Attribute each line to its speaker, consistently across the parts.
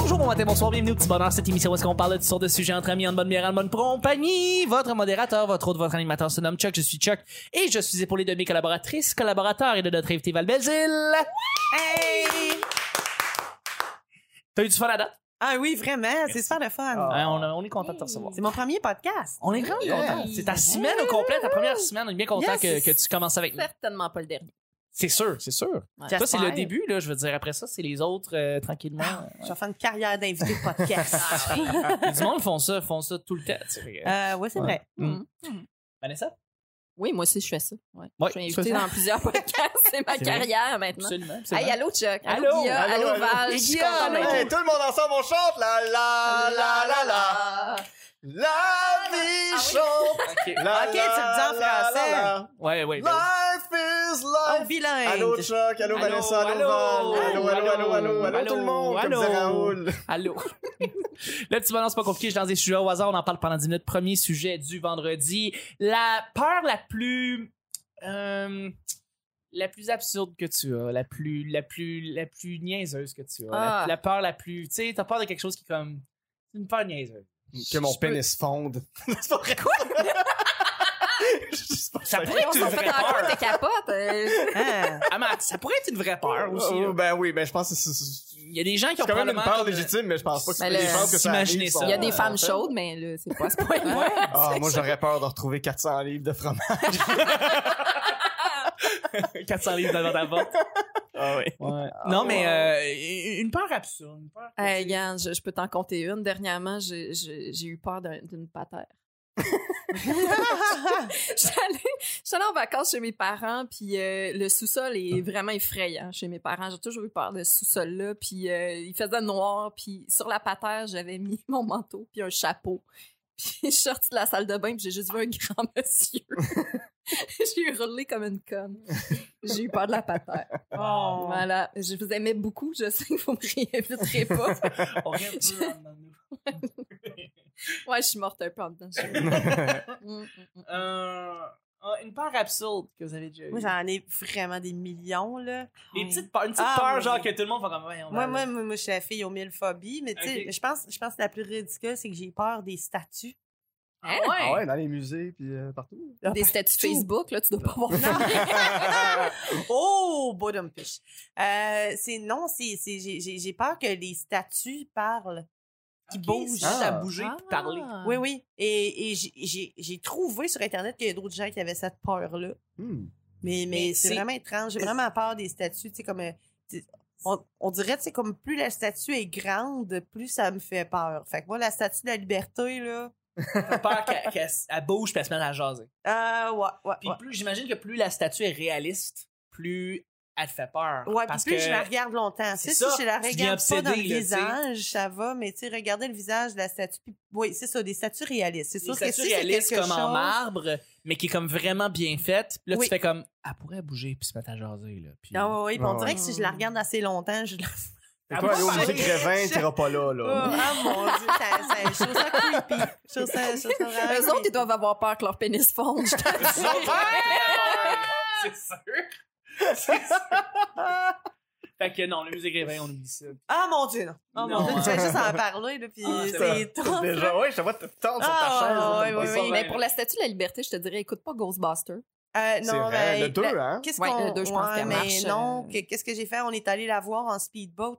Speaker 1: bonsoir, bienvenue au petit bonheur. Cette émission où est-ce qu'on parle de sortes de sujets entre amis, en bonne bière, en bonne compagnie. Votre modérateur, votre autre, votre animateur se nomme Chuck. Je suis Chuck et je suis épaulé de mes collaboratrices, collaborateurs et de notre invité Val Belzile. Hey! T'as eu du fun à date?
Speaker 2: Ah oui, vraiment, c'est super le fun.
Speaker 1: Hein, on, on est content de te recevoir.
Speaker 2: C'est mon premier podcast.
Speaker 1: On est vraiment
Speaker 3: Yeah.
Speaker 1: content. C'est ta semaine au complet, ta première semaine. On est bien content
Speaker 2: Yes.
Speaker 1: que, que tu commences
Speaker 4: Mm.
Speaker 1: avec nous.
Speaker 4: Certainement pas le dernier.
Speaker 1: C'est sûr, c'est sûr. Ça,
Speaker 2: J'espère.
Speaker 1: c'est le début, là. Je veux dire, après ça, c'est les autres, euh, tranquillement.
Speaker 2: Je vais faire une carrière d'invité de podcast.
Speaker 1: du monde font ça, font ça tout le temps. tu sais.
Speaker 2: euh, oui, c'est vrai.
Speaker 1: Mm. Vanessa?
Speaker 4: Oui, moi aussi, je fais ça. Ouais.
Speaker 1: Ouais, tu
Speaker 4: je suis invitée
Speaker 1: fais ça.
Speaker 4: dans plusieurs podcasts. C'est ma
Speaker 1: C'est vrai.
Speaker 4: carrière maintenant.
Speaker 1: Absolument. absolument.
Speaker 4: Hey, allô, Chuck. Allô,
Speaker 1: Allô,
Speaker 4: Guilla.
Speaker 1: allô,
Speaker 4: Allô,
Speaker 1: allô.
Speaker 4: Val. Je suis contente d'être
Speaker 3: Hey,
Speaker 4: là.
Speaker 3: tout le monde ensemble, on chante la
Speaker 4: Ah,
Speaker 3: la la la la la vie
Speaker 4: Ah oui.
Speaker 3: chante.
Speaker 1: OK.
Speaker 3: La,
Speaker 2: Ok, tu le dis en français.
Speaker 1: Ouais, ouais. ben oui.
Speaker 3: Life is
Speaker 2: Oh,
Speaker 3: life.
Speaker 2: bilingue.
Speaker 3: Allô Chuck, allô
Speaker 1: Allô,
Speaker 3: Vanessa, allô
Speaker 1: allô,
Speaker 3: Val, allô allô allô allô allô
Speaker 1: allô,
Speaker 3: tout le monde, comme
Speaker 1: allô.
Speaker 3: disait Raoul.
Speaker 1: Allô. le petit bonheur, c'est pas compliqué. Je lance des sujets au hasard. On en parle pendant 10 minutes. Premier sujet du vendredi. La peur la plus. euh, la plus absurde que tu as, la plus, la plus, la plus niaiseuse que tu as, la-
Speaker 4: Ah.
Speaker 1: la, peur la plus, tu sais, t'as peur de quelque chose qui est comme, c'est une peur niaiseuse.
Speaker 3: Que mon
Speaker 1: Je peux-
Speaker 3: pénis fonde. C'est pas vrai. Quoi?
Speaker 1: Ça pourrait
Speaker 4: Voyons,
Speaker 1: être
Speaker 4: ils
Speaker 1: une
Speaker 4: sont
Speaker 1: vraie
Speaker 4: fait encore
Speaker 1: peur.
Speaker 4: tes capotes. euh.
Speaker 2: Ah.
Speaker 1: Ah, mais ça pourrait être une vraie peur aussi. là.
Speaker 3: ben oui, ben je pense que c'est- c'est
Speaker 1: Il y a des gens qui
Speaker 3: c'est
Speaker 1: ont
Speaker 3: quand même une
Speaker 1: probablement
Speaker 3: peur
Speaker 1: comme-
Speaker 3: légitime, mais je pense pas que
Speaker 4: Mais
Speaker 3: les
Speaker 4: le-
Speaker 3: chances que ça
Speaker 1: s'imaginer
Speaker 3: arrive
Speaker 1: ça.
Speaker 3: sont-
Speaker 4: Il y a des
Speaker 3: sont
Speaker 4: femmes
Speaker 3: faibles.
Speaker 4: chaudes, mais là, c'est pas à ce point-là.
Speaker 3: Ah, moi j'aurais peur de retrouver 400 livres de fromage.
Speaker 1: 400 livres devant ta porte.
Speaker 3: Ah oui.
Speaker 1: Non, mais euh, une peur absurde. Une peur...
Speaker 4: Hey, regarde, je, je peux t'en compter une. Dernièrement, j'ai- j'ai j'ai eu peur d'un- d'une patère. J'allais j'allais en vacances chez mes parents, puis euh, le sous-sol est vraiment effrayant chez mes parents. J'ai toujours eu peur de ce sous-sol-là, puis euh, il faisait noir, puis sur la patère, j'avais mis mon manteau, puis un chapeau. Puis je suis sortie de la salle de bain, puis j'ai juste vu un grand monsieur. j'ai hurlé comme une conne. J'ai eu peur de la patère.
Speaker 1: Oh.
Speaker 4: Voilà, je vous aimais beaucoup, je sais que vous me réinviterez pas.
Speaker 1: On rêve un peu en dedans de nous.
Speaker 4: Ouais, je suis morte un peu en dedans. Mm, mm, mm.
Speaker 1: Euh, ah, une peur absurde que vous avez déjà eue.
Speaker 2: Moi, j'en ai vraiment des millions, là.
Speaker 1: Des petites peurs, une petite
Speaker 2: Ah,
Speaker 1: peur,
Speaker 2: oui.
Speaker 1: genre que tout le monde fait comme. Voyons,
Speaker 2: Moi,
Speaker 1: ben,
Speaker 2: moi, moi, moi, je suis la fille aux mille phobies, mais tu sais,
Speaker 1: Ok.
Speaker 2: je pense, je pense que la plus ridicule, c'est que j'ai peur des statues.
Speaker 4: Hein?
Speaker 3: Ah ouais, dans les musées puis euh, partout.
Speaker 2: Ah,
Speaker 4: Des statuts
Speaker 2: partout.
Speaker 4: Facebook, là, tu dois pas avoir
Speaker 2: oh, bottom fish. Euh, c'est non, c'est, c'est, j'ai, j'ai- j'ai peur que les statues parlent, qui bougent.
Speaker 1: ça
Speaker 3: Ah.
Speaker 1: a bougé puis parler.
Speaker 2: Oui, oui. Et, et j'ai- j'ai, j'ai trouvé sur Internet qu'il y a d'autres gens qui avaient cette peur-là.
Speaker 3: Hmm.
Speaker 2: Mais, mais,
Speaker 1: Mais
Speaker 2: c'est
Speaker 1: c'est-
Speaker 2: vraiment étrange. J'ai vraiment peur des statues. Tu sais, comme. euh, tu- On, on dirait, tu sais, comme plus la statue est grande, plus ça me fait peur. Fait que moi, la statue de la liberté, là.
Speaker 1: J'ai peur qu'elle qu'elle s- elle bouge puis elle se mette à jaser.
Speaker 2: Ah, ouais, ouais.
Speaker 1: Puis
Speaker 2: ouais.
Speaker 1: plus, j'imagine que plus la statue est réaliste, plus elle te fait peur.
Speaker 2: Ouais, puis
Speaker 1: parce
Speaker 2: plus
Speaker 1: que
Speaker 2: je la regarde longtemps. Tu
Speaker 1: c'est
Speaker 2: sais,
Speaker 1: ça,
Speaker 2: si je la
Speaker 1: tu deviens
Speaker 2: regarde pas dans le
Speaker 1: obsédé, là, tu sais.
Speaker 2: visage, ça va, mais tu sais, regarder le visage de la statue. puis- oui, c'est ça, des statues réalistes. C'est
Speaker 1: les
Speaker 2: sûr que
Speaker 1: statues
Speaker 2: si c'est
Speaker 1: réalistes
Speaker 2: quelque
Speaker 1: comme en
Speaker 2: chose-
Speaker 1: marbre, mais qui est comme vraiment bien faite, là
Speaker 2: Oui.
Speaker 1: tu fais comme. Elle pourrait bouger puis se mettre à jaser. Là, puis...
Speaker 2: Ah, ouais, ouais, puis on
Speaker 3: Ouais,
Speaker 2: dirait
Speaker 4: ouais.
Speaker 2: que si je la regarde assez longtemps, je la.
Speaker 3: Fait
Speaker 1: Ah,
Speaker 3: que toi,
Speaker 1: moi,
Speaker 3: aller au
Speaker 1: ça
Speaker 3: musée
Speaker 1: arrive.
Speaker 3: Grévin, t'iras pas là,
Speaker 1: Oh.
Speaker 3: là.
Speaker 2: Ah, mon Dieu, ça, ça, je trouve ça creepy. Je trouve ça, je trouve ça vraiment
Speaker 4: Eux autres,
Speaker 2: creepy.
Speaker 4: ils doivent avoir peur que leur pénis fonde. je te le dis.
Speaker 2: Ah.
Speaker 1: C'est sûr. C'est sûr. fait que non, le musée Grévin, on oublie ça.
Speaker 2: Ah, mon Dieu, non. Ah, mon
Speaker 1: Non,
Speaker 2: Dieu, tu fais juste en parler, là, puis
Speaker 1: Ah, c'est
Speaker 2: c'est trop.
Speaker 3: Déjà, ouais, je te vois te tendre sur ta
Speaker 2: Ah,
Speaker 3: chaise.
Speaker 2: ouais,
Speaker 3: là, t'as
Speaker 2: ouais,
Speaker 3: pas
Speaker 2: ouais.
Speaker 3: ça.
Speaker 4: Mais pour la statue de la liberté, je te dirais, écoute pas Ghostbuster.
Speaker 2: Euh,
Speaker 3: C'est
Speaker 2: non,
Speaker 3: vrai,
Speaker 2: ben,
Speaker 3: le 2,
Speaker 2: ben,
Speaker 3: hein?
Speaker 2: Qu'est-ce
Speaker 4: Ouais,
Speaker 2: qu'on.
Speaker 4: le deux, je pense
Speaker 2: ouais,
Speaker 4: qu'elle
Speaker 2: mais
Speaker 4: marche,
Speaker 2: non,
Speaker 4: euh.
Speaker 2: que- qu'est-ce que j'ai fait? On est allé la voir en speedboat.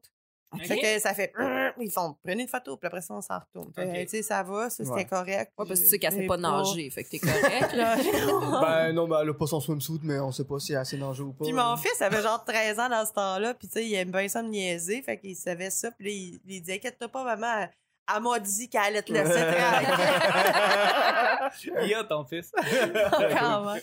Speaker 1: Ok.
Speaker 2: Fait que ça fait ils font prenez une photo puis après ça on s'en retourne. Fait que,
Speaker 1: Ok.
Speaker 2: Tu sais ça va, ça c'était
Speaker 3: Ouais.
Speaker 2: correct.
Speaker 4: Ouais, parce que tu sais qu'elle sait
Speaker 2: Mais
Speaker 4: pas nager, fait que t'es correct, là.
Speaker 3: Ben non, ben elle a pas son swimsuit, mais on sait pas si elle a assez nagé ou pas.
Speaker 2: Puis mon fils avait genre 13 ans dans ce temps-là, puis tu sais il aime bien ça me niaiser, fait qu'il savait ça, puis là, il, il disait inquiète-toi pas maman, elle- elle m'a dit qu'elle allait te laisser tranquille
Speaker 1: Il y a ton fils.
Speaker 2: Ah quand même.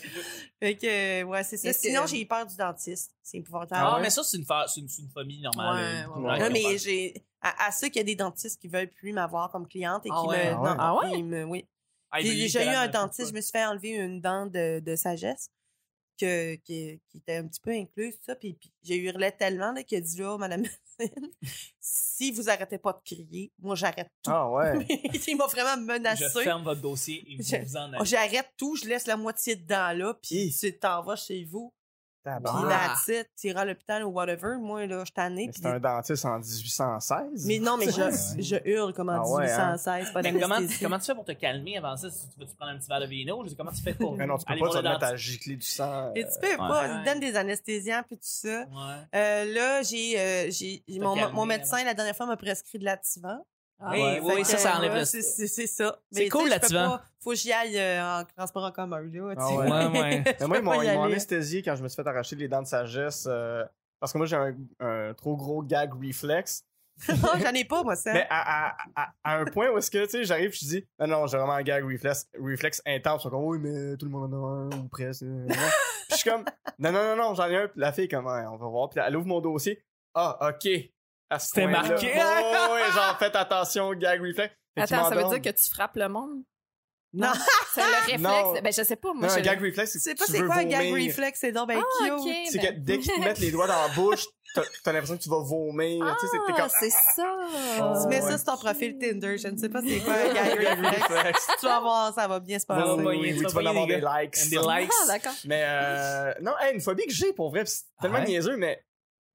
Speaker 2: Fait que ouais, c'est ça.
Speaker 4: Est-ce que-
Speaker 2: Sinon j'ai eu peur du dentiste, c'est
Speaker 1: Ah,
Speaker 2: épouvantable.
Speaker 3: ouais?
Speaker 1: mais ça, c'est une, fa- c'est une, c'est une famille normale.
Speaker 4: Ouais,
Speaker 1: euh,
Speaker 4: ouais, ouais.
Speaker 1: qui
Speaker 2: Non,
Speaker 1: ont peur.
Speaker 2: mais j'ai à, à ceux qu'il y a des dentistes qui veulent plus m'avoir comme cliente et qui
Speaker 4: Ah ouais?
Speaker 2: me
Speaker 3: Ah ouais?
Speaker 2: non,
Speaker 4: Ah ouais?
Speaker 2: ils me- oui.
Speaker 1: Ah, il
Speaker 2: J'ai
Speaker 1: est
Speaker 2: déjà eu un
Speaker 1: littéralement
Speaker 2: dentiste, je
Speaker 1: pas.
Speaker 2: me suis fait enlever une dent de, de sagesse que, qui, qui était un petit peu incluse, tout ça. Puis, puis j'ai hurlé tellement là, qu'il a dit là, madame, si vous arrêtez pas de crier, moi j'arrête tout.
Speaker 3: Ah ouais.
Speaker 2: Il m'a vraiment
Speaker 1: Je
Speaker 2: menacé.
Speaker 1: ferme votre dossier et vous
Speaker 2: Je-
Speaker 1: vous en
Speaker 2: Oh,
Speaker 1: allez.
Speaker 2: J'arrête tout, je laisse la moitié de dents là, puis
Speaker 3: Hi.
Speaker 2: tu t'en vas chez vous. Puis
Speaker 3: Tabarnak.
Speaker 4: Ah.
Speaker 2: la titre, t'iras à l'hôpital ou whatever. Moi, là, je suis tannée.
Speaker 3: Mais
Speaker 2: puis-
Speaker 3: C'est un dentiste en 1816.
Speaker 2: Mais non, mais je,
Speaker 3: Ouais.
Speaker 2: je hurle comme en
Speaker 3: Ah ouais, hein.
Speaker 2: 1816. pas
Speaker 1: Mais
Speaker 2: d'anesthésie.
Speaker 1: comment, comment tu fais pour te calmer avant ça? Si tu veux tu prendre un petit verre de vino, je dis, comment tu fais pour.
Speaker 3: Mais non, tu peux
Speaker 1: aller
Speaker 3: pas
Speaker 1: voir
Speaker 3: te
Speaker 1: le
Speaker 3: mettre à
Speaker 1: dentiste?
Speaker 3: gicler du sang.
Speaker 2: Et tu peux pas, ils te donnent des anesthésiens puis tout ça.
Speaker 1: Ouais.
Speaker 2: Euh, là, j'ai, euh, j'ai, j'ai- mon,
Speaker 1: calmé,
Speaker 2: mon médecin, la dernière fois, m'a prescrit de l'activant.
Speaker 4: Ah,
Speaker 1: Oui,
Speaker 4: ouais.
Speaker 1: Eh oui,
Speaker 2: Fait
Speaker 1: oui,
Speaker 2: que,
Speaker 1: ça, ça
Speaker 2: euh,
Speaker 1: enlève le
Speaker 2: C'est, c'est, c'est ça.
Speaker 1: C'est
Speaker 2: Mais,
Speaker 1: cool,
Speaker 2: tu sais, je peux
Speaker 1: l'activant.
Speaker 2: pas- Faut que j'y aille euh, en transport en commun, là.
Speaker 3: Ah
Speaker 2: tu
Speaker 3: ouais.
Speaker 2: sais.
Speaker 1: Ouais, ouais.
Speaker 2: Je peux
Speaker 3: Mais moi, ils m'ont
Speaker 2: pas y
Speaker 3: ils m'ont
Speaker 2: aller.
Speaker 3: anesthésié quand je me suis fait arracher les dents de sagesse. euh, parce que moi, j'ai un, un trop gros gag réflexe.
Speaker 2: Non, j'en ai pas, moi, ça.
Speaker 3: Mais à, à- à- à un point où est-ce que, tu sais, j'arrive je dis, non, non, j'ai vraiment un gag réflexe, réflexe intense. Ils sont comme, oui, mais tout le monde en a un, ou presque. euh, non. Puis je suis comme, non, non, non, non, j'en ai un. Puis la fille, est comme, Ouais, on va voir. Puis elle ouvre mon dossier. Ah, OK. À ce
Speaker 1: C'était
Speaker 3: point-là.
Speaker 1: marqué.
Speaker 3: Oh, ouais, genre, faites attention, au gag réflexe. Fait qu'il
Speaker 4: Attends, ça veut
Speaker 3: m'endorme.
Speaker 4: dire que tu frappes le monde?
Speaker 2: Non.
Speaker 4: C'est le réflexe.
Speaker 3: Non.
Speaker 4: Ben, je sais pas. Moi,
Speaker 3: Non,
Speaker 4: je
Speaker 3: un gag réflexe, c'est
Speaker 2: C'est
Speaker 3: que
Speaker 2: pas
Speaker 3: tu
Speaker 2: c'est
Speaker 3: veux
Speaker 2: quoi un gag
Speaker 3: vomir.
Speaker 2: reflex, c'est donc ben
Speaker 4: Ah,
Speaker 2: cute.
Speaker 4: ok.
Speaker 3: C'est que
Speaker 4: ben-
Speaker 3: dès qu'ils te mettent les doigts dans la bouche, t'as t'as l'impression que tu vas vomir. tu sais, c'est- t'es
Speaker 4: Ah,
Speaker 3: comme,
Speaker 4: c'est ça.
Speaker 3: Oh,
Speaker 2: Tu mets ça
Speaker 3: ouais.
Speaker 2: sur ton profil Tinder, je ne sais pas c'est quoi un gag reflex.
Speaker 3: réflexe.
Speaker 2: Tu vas voir, ça va bien se
Speaker 3: ah, Oui,
Speaker 1: Ah,
Speaker 2: passer.
Speaker 1: ouais,
Speaker 3: oui,
Speaker 1: ouais,
Speaker 3: oui,
Speaker 1: tu
Speaker 3: tu vas en
Speaker 1: vas
Speaker 3: avoir
Speaker 1: payer
Speaker 3: des likes.
Speaker 1: des
Speaker 3: ça.
Speaker 1: likes.
Speaker 4: Ah, d'accord.
Speaker 3: Mais euh, non, hey, une phobie que j'ai pour vrai, pis c'est tellement
Speaker 1: Ah ouais?
Speaker 3: niaiseux, mais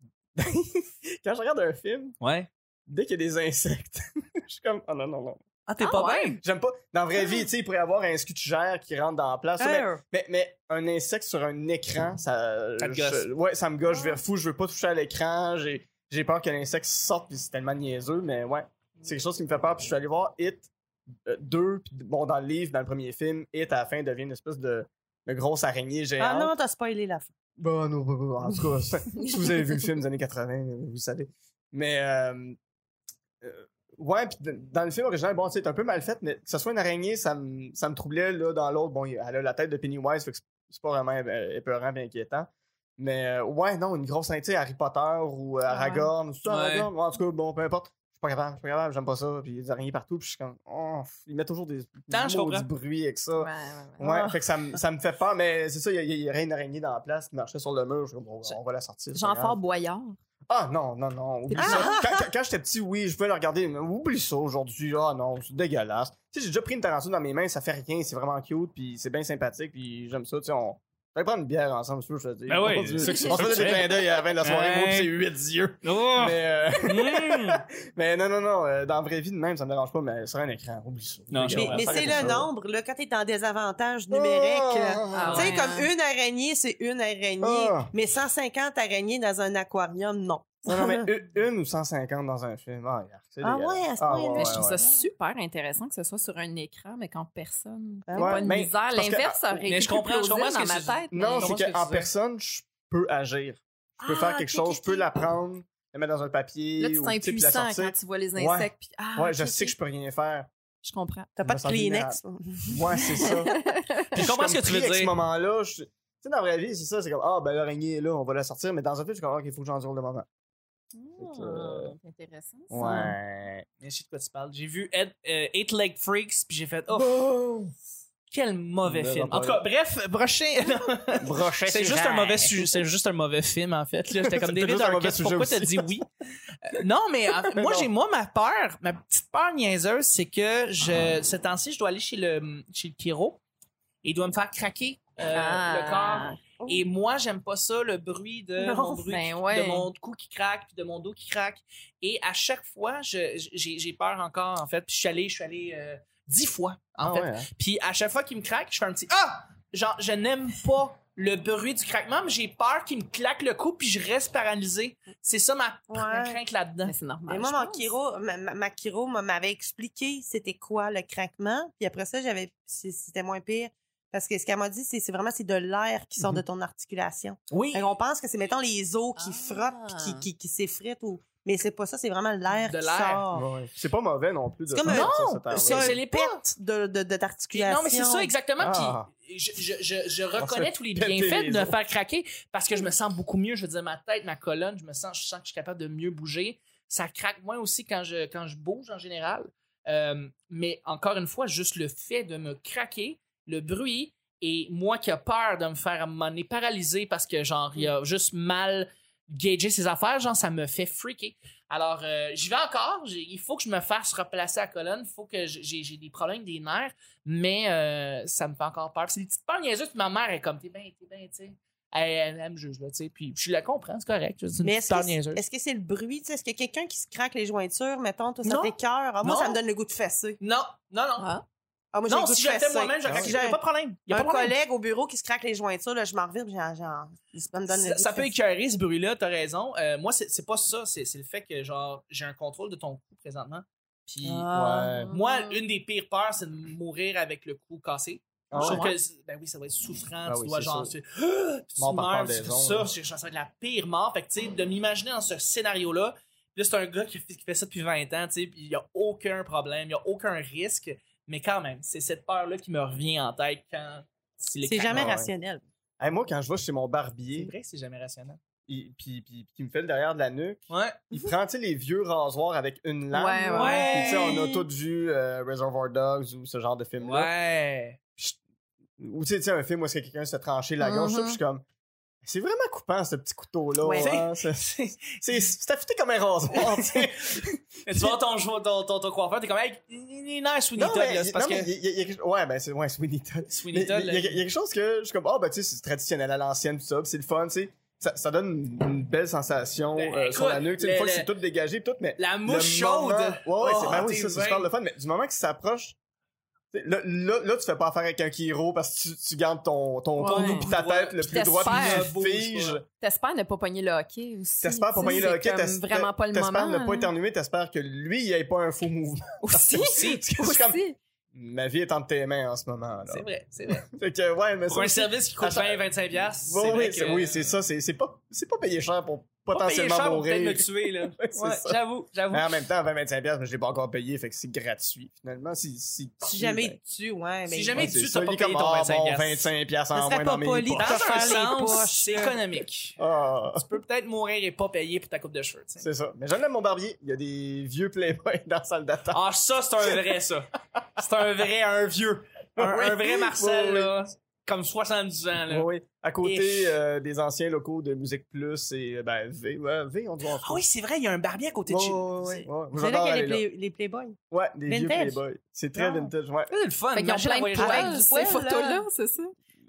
Speaker 3: quand je regarde un film,
Speaker 1: Ouais.
Speaker 3: dès qu'il y a des insectes, je suis comme, oh non, non, non.
Speaker 1: Ah, t'es
Speaker 4: Ah,
Speaker 1: pas
Speaker 4: ouais.
Speaker 1: bien?
Speaker 3: J'aime pas. Dans la vraie vie, tu sais, il pourrait y avoir un scutugère qui rentre dans la place. ça, mais,
Speaker 2: Hey.
Speaker 3: mais, mais un insecte sur un écran, ça.
Speaker 1: Ah. Ça te
Speaker 3: je-
Speaker 1: gosse. Ah.
Speaker 3: ouais, ça me gosse, je vais fou, je veux pas toucher à l'écran, j'ai j'ai peur que l'insecte sorte, pis c'est tellement niaiseux, mais ouais. C'est quelque chose qui me fait peur, puis je suis allé voir It 2, puis bon, dans le livre, dans le premier film, It à la fin devient une espèce de, de grosse araignée géante.
Speaker 2: Ah non, t'as spoilé la fin.
Speaker 3: Bon, non, bah, bah, en tout cas, ça- si vous avez vu le film des années 80, euh, vous savez. Mais, euh, euh, ouais, puis d- dans le film original, bon, tu sais, c'est un peu mal fait, mais que ce soit une araignée, ça me ça me troublait, là, dans l'autre. Bon, il- elle a la tête de Pennywise, fait que c'est- c'est pas vraiment euh, épeurant et inquiétant. Mais, euh, ouais, non, une grosse araignée, tu sais, Harry Potter ou euh, Aragorn, ou tout ça,
Speaker 1: Ah Ouais.
Speaker 3: Aragorn, en tout cas, bon, peu importe. Je suis pas capable, je suis pas capable, j'aime pas ça, puis il y a des araignées partout, puis je suis comme, oh, ils mettent toujours des,
Speaker 1: Non, je
Speaker 3: maudits
Speaker 1: comprends.
Speaker 3: bruits avec ça.
Speaker 4: Ouais, ouais, ouais.
Speaker 3: Ouais,
Speaker 2: Ah.
Speaker 3: fait que ça, me- ça me fait peur, mais c'est ça, il y a- il y, a rien d'araignée dans la place qui marchait sur le mur. Je me on, on va la sortir. c'est pas
Speaker 4: Jean-Fort
Speaker 3: grave.
Speaker 4: Boyard.
Speaker 3: Ah non, non, non, oublie ça. Quand, quand- quand j'étais petit, oui, je pouvais le regarder, mais oublie ça aujourd'hui. Ah non, c'est dégueulasse. Tu sais, j'ai déjà pris une tarantule dans mes mains, ça fait rien, c'est vraiment cute, puis c'est bien sympathique, puis j'aime ça. Tu sais, on. on allait prendre une bière ensemble, si tu veux, je te dis.
Speaker 1: Ben oui,
Speaker 3: On
Speaker 1: c'est
Speaker 3: se-
Speaker 1: ça que- c'est ça
Speaker 3: on se faisait
Speaker 1: que
Speaker 3: des
Speaker 1: tu
Speaker 3: clins d'œil à la fin de la soirée, moi,
Speaker 1: Hey.
Speaker 3: puis c'est huit yeux.
Speaker 1: Oh!
Speaker 3: Mais,
Speaker 1: Mm.
Speaker 3: euh, mais non, non, non, euh, dans la vraie vie de même, ça me dérange pas, mais sur un écran, oublie ça.
Speaker 1: Non, je
Speaker 2: Mais,
Speaker 1: comprends.
Speaker 2: mais
Speaker 1: Ça
Speaker 2: c'est
Speaker 1: quelque
Speaker 2: le
Speaker 1: chose.
Speaker 2: nombre, là, quand t'es en désavantage numérique. là.
Speaker 4: Ah
Speaker 2: tu sais,
Speaker 4: ouais,
Speaker 2: comme
Speaker 4: hein.
Speaker 2: une araignée, c'est une araignée,
Speaker 3: Ah.
Speaker 2: mais 150 araignées dans un aquarium, non.
Speaker 3: Non, non, mais une, une ou 150 dans un film. Ah, regarde, c'est
Speaker 2: Ah
Speaker 3: dégueulasse.
Speaker 2: ouais, à ce
Speaker 3: Ah,
Speaker 2: point-là.
Speaker 3: ouais,
Speaker 4: Mais je trouve
Speaker 3: ouais,
Speaker 4: ça super intéressant que ce soit sur un écran, mais quand personne.
Speaker 2: Ah
Speaker 4: C'est
Speaker 3: ouais.
Speaker 4: pas une
Speaker 3: Ben,
Speaker 4: misère.
Speaker 3: c'est parce que-
Speaker 4: L'inverse, ça aurait
Speaker 1: Mais je comprends, je
Speaker 4: explosé
Speaker 1: comprends ce
Speaker 4: dans
Speaker 1: que
Speaker 4: ma
Speaker 1: tu-
Speaker 4: tête.
Speaker 3: Non,
Speaker 4: mais-
Speaker 1: Comment
Speaker 3: c'est
Speaker 1: est-ce que
Speaker 3: qu'en
Speaker 1: tu
Speaker 3: personne, je peux agir. Je peux
Speaker 4: Ah,
Speaker 3: faire quelque
Speaker 4: ok,
Speaker 3: chose,
Speaker 4: ok,
Speaker 3: je peux
Speaker 4: ok.
Speaker 3: la prendre, la mettre dans un papier.
Speaker 4: Là, tu
Speaker 3: ou,
Speaker 4: te sens
Speaker 3: sais, puis la
Speaker 4: impuissant
Speaker 3: sortir.
Speaker 4: quand tu vois les
Speaker 3: Ouais.
Speaker 4: insectes. puis- Ah,
Speaker 3: Ouais, je
Speaker 4: ok,
Speaker 3: sais
Speaker 4: ok.
Speaker 3: que je peux rien faire.
Speaker 4: Je comprends.
Speaker 2: T'as
Speaker 3: Je
Speaker 2: pas
Speaker 3: me
Speaker 2: de
Speaker 3: sens
Speaker 2: Kleenex.
Speaker 3: Ouais, c'est ça. Puis
Speaker 1: Je
Speaker 3: suis
Speaker 1: comprends ce
Speaker 3: comme
Speaker 1: que tu
Speaker 3: pris
Speaker 1: veux
Speaker 3: avec ce
Speaker 1: dire.
Speaker 3: moment-là, je- tu sais, dans la vraie vie, c'est ça, c'est comme, ah, ben l'araignée est là, on va la sortir, mais dans un film, je suis comme, ah, il faut que j'endure le moment.
Speaker 4: Ah, c'est intéressant. ça.
Speaker 3: Ouais.
Speaker 1: Mais Je sais de quoi tu parles. J'ai vu Ed- euh, Eight Leg Freaks, puis j'ai fait, oh, quel mauvais
Speaker 3: On verra
Speaker 1: film.
Speaker 3: pas
Speaker 1: En tout cas, bref, prochain.
Speaker 3: Brochet,
Speaker 1: C'est juste un mauvais sujet. C'est juste un mauvais film, en fait. Là, j'étais comme
Speaker 3: C'est
Speaker 1: David
Speaker 3: juste un mauvais
Speaker 1: Arquette,
Speaker 3: sujet
Speaker 1: pourquoi
Speaker 3: aussi.
Speaker 1: t'as dit oui? Euh, non, mais en- moi,
Speaker 3: Non.
Speaker 1: j'ai, moi, ma peur, ma petite peur niaiseuse, c'est que
Speaker 3: Ah.
Speaker 1: je, ce temps-ci, je dois aller chez le, chez le chiro. Il doit me faire craquer euh, le corps.
Speaker 4: Ah.
Speaker 1: Et moi, j'aime pas ça, le bruit de
Speaker 2: Non,
Speaker 1: mon bruit
Speaker 4: ben
Speaker 1: qui-
Speaker 4: ouais.
Speaker 1: de mon cou qui craque, puis de mon dos qui craque. Et à chaque fois, je- j'ai j'ai peur encore, en fait. Puis je suis allé, je suis allé euh, dix fois, en
Speaker 3: Ah
Speaker 1: fait.
Speaker 3: ouais, hein?
Speaker 1: Puis à chaque fois qu'il me craque, je fais un petit Ah! Genre, je n'aime pas le bruit du craquement, mais j'ai peur qu'il me claque le cou, puis je reste paralysé. C'est ça ma, ma
Speaker 2: Ouais.
Speaker 1: crainte là-dedans.
Speaker 4: Mais c'est normal.
Speaker 2: Mais moi,
Speaker 4: Ben, je
Speaker 2: mon
Speaker 4: pense.
Speaker 2: chiro, ma, ma- ma chiro m'a- m'avait expliqué c'était quoi le craquement. Puis après ça, j'avais c'est- c'était moins pire. Parce que ce qu'elle m'a dit, c'est c'est vraiment c'est de l'air qui
Speaker 4: Mm-hmm.
Speaker 2: sort de ton articulation.
Speaker 1: Oui.
Speaker 2: Fait qu'on pense que c'est, mettons, les os qui
Speaker 4: Ah.
Speaker 2: frottent puis qui, qui, qui s'effritent. Ou... Mais c'est pas ça, c'est vraiment l'air
Speaker 1: De
Speaker 2: qui
Speaker 1: l'air.
Speaker 2: sort.
Speaker 3: Ouais, ouais. C'est pas mauvais non plus de
Speaker 2: C'est comme
Speaker 3: faire
Speaker 2: un-
Speaker 3: ça,
Speaker 1: Non,
Speaker 3: cette affaire-là.
Speaker 1: c'est-
Speaker 2: Ça,
Speaker 1: c'est
Speaker 2: une
Speaker 1: les
Speaker 2: perte de, de, de
Speaker 1: Non,
Speaker 2: t'articulation.
Speaker 1: mais c'est ça, exactement.
Speaker 3: Ah.
Speaker 1: Puis je, je, je, je reconnais
Speaker 3: fait
Speaker 1: tous les
Speaker 3: péter
Speaker 1: bienfaits
Speaker 3: les
Speaker 1: de me
Speaker 3: os.
Speaker 1: faire craquer parce que je me sens beaucoup mieux. Je veux dire, ma tête, ma colonne, je me sens, je sens que je suis capable de mieux bouger. Ça craque moins aussi quand je, quand je bouge en général. Euh, mais encore une fois, juste le fait de me craquer, le bruit, et moi qui a peur de me faire m'en paralysé parce que genre, il
Speaker 2: Mm.
Speaker 1: a juste mal gager ses affaires, genre, ça me fait freaker. Alors, euh, j'y vais encore. J'ai- Il faut que je me fasse replacer à colonne. Il faut que j- j'ai j'ai des problèmes des nerfs, mais euh, ça me fait encore peur. C'est des petites peurs niaiseuses. puis Ma mère est comme, t'es bien, t'es bien, tu sais. elle, elle me juge, là, tu sais. Puis je la comprends, c'est correct. Je suis une
Speaker 2: Mais
Speaker 1: petite
Speaker 2: est-ce que,
Speaker 1: star
Speaker 2: c'est,
Speaker 1: niaiseuse.
Speaker 2: est-ce que c'est le bruit? tu sais, Est-ce que quelqu'un qui se craque les jointures, mettons, toi, ça
Speaker 1: Non.
Speaker 2: t'écœure? Ah, moi,
Speaker 1: Non.
Speaker 2: ça me donne le goût de fesser.
Speaker 1: Non, non, non.
Speaker 4: Ah.
Speaker 2: Ah, moi, j'ai
Speaker 1: non,
Speaker 2: le goût
Speaker 1: si
Speaker 2: de
Speaker 1: je
Speaker 2: fesser.
Speaker 1: t'aime moi-même, je
Speaker 3: Ah
Speaker 1: craque.
Speaker 2: Si
Speaker 1: Il n'y a
Speaker 2: j'ai
Speaker 1: pas de problème. Il n'y a
Speaker 2: un
Speaker 1: pas de problème.
Speaker 2: collègue au bureau qui se craque les jointures, là, je m'en reviens, puis j'ai- genre, il se me donne le goût
Speaker 1: Ça,
Speaker 2: de
Speaker 1: ça peut
Speaker 2: fesser.
Speaker 1: écœurer ce bruit-là, t'as raison. Euh, moi, c'est c'est pas ça. C'est c'est le fait que, genre, j'ai un contrôle de ton cou présentement. Puis,
Speaker 2: Ah.
Speaker 1: moi, une des pires peurs, c'est de mourir avec le cou cassé.
Speaker 3: Ah
Speaker 1: Je
Speaker 3: ouais?
Speaker 1: trouve que c'est- ben oui, ça doit être souffrant.
Speaker 3: Ben
Speaker 1: tu
Speaker 3: oui,
Speaker 1: dois
Speaker 3: c'est
Speaker 1: genre.
Speaker 3: sûr.
Speaker 1: Tu, puis tu
Speaker 3: Mort par
Speaker 1: meurs, c'est
Speaker 3: pendaison,
Speaker 1: ça.
Speaker 3: là.
Speaker 1: c'est- Ça serait de la pire mort. Fait que, tu sais, de m'imaginer dans ce scénario-là. Puis là, c'est un gars qui fait, qui fait ça depuis 20 ans, tu sais, puis il n'y a aucun problème, il n'y a aucun risque. Mais quand même, c'est cette peur-là qui me revient en tête quand. si les
Speaker 2: C'est
Speaker 1: craquements-
Speaker 2: jamais
Speaker 3: Ah ouais.
Speaker 2: rationnel.
Speaker 3: Hey, moi, quand je vais chez mon
Speaker 1: C'est
Speaker 3: barbier,
Speaker 1: vrai que c'est jamais rationnel.
Speaker 3: il- puis, puis, puis qui me fait le derrière de la nuque,
Speaker 1: Ouais.
Speaker 3: il prend, tu sais, les vieux rasoirs avec une lame.
Speaker 4: Ouais,
Speaker 3: là.
Speaker 1: Mhm. ouais.
Speaker 3: Puis, tu sais, on a tous vu euh, Reservoir Dogs ou ce genre de film-là.
Speaker 1: Ouais.
Speaker 3: Ou, tu sais, tu sais, un film où est-ce que quelqu'un se fait trancher la gorge,
Speaker 4: Mhm.
Speaker 3: ça, puis je suis comme... C'est vraiment coupant, ce petit couteau-là.
Speaker 2: Ouais.
Speaker 3: hein. C'est- C'est c'est- c'est affûté comme un rasoir, tu sais.
Speaker 1: Mais tu vois ton, jou- ton, ton, ton coiffeur, t'es comme, hey, il est nice Sweeney
Speaker 3: Non,
Speaker 1: Todd,
Speaker 3: mais,
Speaker 1: là. C'est parce
Speaker 3: non, mais
Speaker 1: que
Speaker 3: il y a- il y a quelque- Ouais, ben c'est ouais, Sweeney Todd. Mais
Speaker 1: Sweeney
Speaker 3: Il y, a-
Speaker 1: Todd,
Speaker 3: il y a il y a quelque chose que je suis comme, ah, ben tu sais, c'est traditionnel à l'ancienne, tout ça, puis c'est le fun, tu sais. Ça, ça donne une- une belle sensation
Speaker 1: Ben,
Speaker 3: euh, sur
Speaker 1: écoute,
Speaker 3: la nuque, tu sais, une
Speaker 1: le-
Speaker 3: fois que
Speaker 1: le-
Speaker 3: c'est tout dégagé, puis tout, mais.
Speaker 1: la
Speaker 3: le
Speaker 1: mouche
Speaker 3: moment-
Speaker 1: chaude.
Speaker 3: Ouais, ouais, c'est
Speaker 1: Oh,
Speaker 3: ben oui,
Speaker 1: t'es
Speaker 3: ça, c'est
Speaker 1: bien.
Speaker 3: super le fun, mais du moment que ça s'approche. tu sais, Là, là, là, tu fais pas affaire avec un kiro parce que tu, tu gardes ton, ton
Speaker 4: Ouais.
Speaker 3: genou pis ta
Speaker 1: Droit,
Speaker 3: tête le
Speaker 1: puis
Speaker 3: plus droit
Speaker 4: t'espères.
Speaker 3: pis tu figes.
Speaker 4: T'espères ne pas pogner le hockey aussi.
Speaker 3: T'espères pas
Speaker 4: tu sais,
Speaker 3: pogner le
Speaker 4: c'est
Speaker 3: hockey,
Speaker 4: comme
Speaker 3: t'es-
Speaker 4: vraiment pas le moment.
Speaker 3: T'espères ne pas
Speaker 4: hein.
Speaker 3: éternuer, t'espères que lui, il ait pas un faux mouvement.
Speaker 4: Aussi.
Speaker 1: Aussi,
Speaker 3: Parce que je suis comme,
Speaker 4: aussi.
Speaker 3: ma vie est entre tes mains en ce moment. Là.
Speaker 1: C'est vrai, c'est vrai.
Speaker 3: Fait que, ouais, mais
Speaker 1: Pour un
Speaker 3: ça,
Speaker 1: service qui coûte
Speaker 3: Attends.
Speaker 1: 20, 25 piastres,
Speaker 3: Ouais,
Speaker 1: c'est vrai
Speaker 3: oui, c'est
Speaker 1: que-
Speaker 3: oui, c'est ça. C'est c'est pas, c'est pas payé cher pour
Speaker 1: Pas payer
Speaker 3: potentiellement
Speaker 1: cher pour peut-être
Speaker 3: mourir.
Speaker 1: me tuer, là.
Speaker 3: Ouais, c'est
Speaker 1: Ouais,
Speaker 3: ça. Ah,
Speaker 1: j'avoue, j'avoue.
Speaker 3: Mais en même temps, 20-25$, piastres, mais je l'ai pas encore payé, fait que c'est gratuit. Finalement, si. Si, ben,
Speaker 2: Si jamais tu, ouais.
Speaker 1: Si
Speaker 2: mais-
Speaker 1: jamais
Speaker 3: tu
Speaker 1: tu t'as pas
Speaker 3: il est comme,
Speaker 1: payé ton
Speaker 3: ah, bon,
Speaker 1: 25$.
Speaker 3: 25$ piastres
Speaker 2: Ça
Speaker 3: en
Speaker 2: serait
Speaker 3: moins
Speaker 2: pas
Speaker 3: dans mes
Speaker 2: poli. hein?
Speaker 1: Dans
Speaker 3: poches.
Speaker 2: Te
Speaker 1: un
Speaker 2: faire les
Speaker 1: sens,
Speaker 2: poches.
Speaker 1: c'est économique.
Speaker 3: Ah,
Speaker 1: Tu peux peut-être mourir et pas payer pour ta coupe de cheveux, tu sais.
Speaker 3: c'est ça. Mais j'aime mon barbier. Il y a des vieux playboys dans la salle d'attente.
Speaker 1: Ah, ça, c'est un vrai, ça. C'est un vrai, un vieux. Un,
Speaker 3: Oui.
Speaker 1: un vrai Marcel,
Speaker 3: Oui, oui.
Speaker 1: là. Comme 70
Speaker 2: Ah,
Speaker 1: ans, là.
Speaker 3: Oui, oui. À côté
Speaker 1: Et-
Speaker 3: euh, des anciens locaux de Musique Plus et ben, V. ouais, v, on dit en
Speaker 1: Ah oui, c'est vrai, il y a un barbier à côté de
Speaker 3: Ouais,
Speaker 1: chez
Speaker 3: ouais, ouais, ouais.
Speaker 2: C'est là
Speaker 3: J'adore
Speaker 2: qu'il y a
Speaker 3: aller
Speaker 2: les,
Speaker 3: là.
Speaker 2: play- les Playboys.
Speaker 3: Ouais, des vieux
Speaker 2: Vintage.
Speaker 3: playboys. C'est très
Speaker 2: Ah.
Speaker 3: vintage, ouais.
Speaker 1: C'est le fun.
Speaker 4: Fait qu'ils ont
Speaker 1: imagine
Speaker 4: plein de
Speaker 1: voyager avec-
Speaker 4: poils,
Speaker 2: du
Speaker 4: ces
Speaker 2: poil,
Speaker 4: photos-là,
Speaker 2: là.
Speaker 4: c'est ça?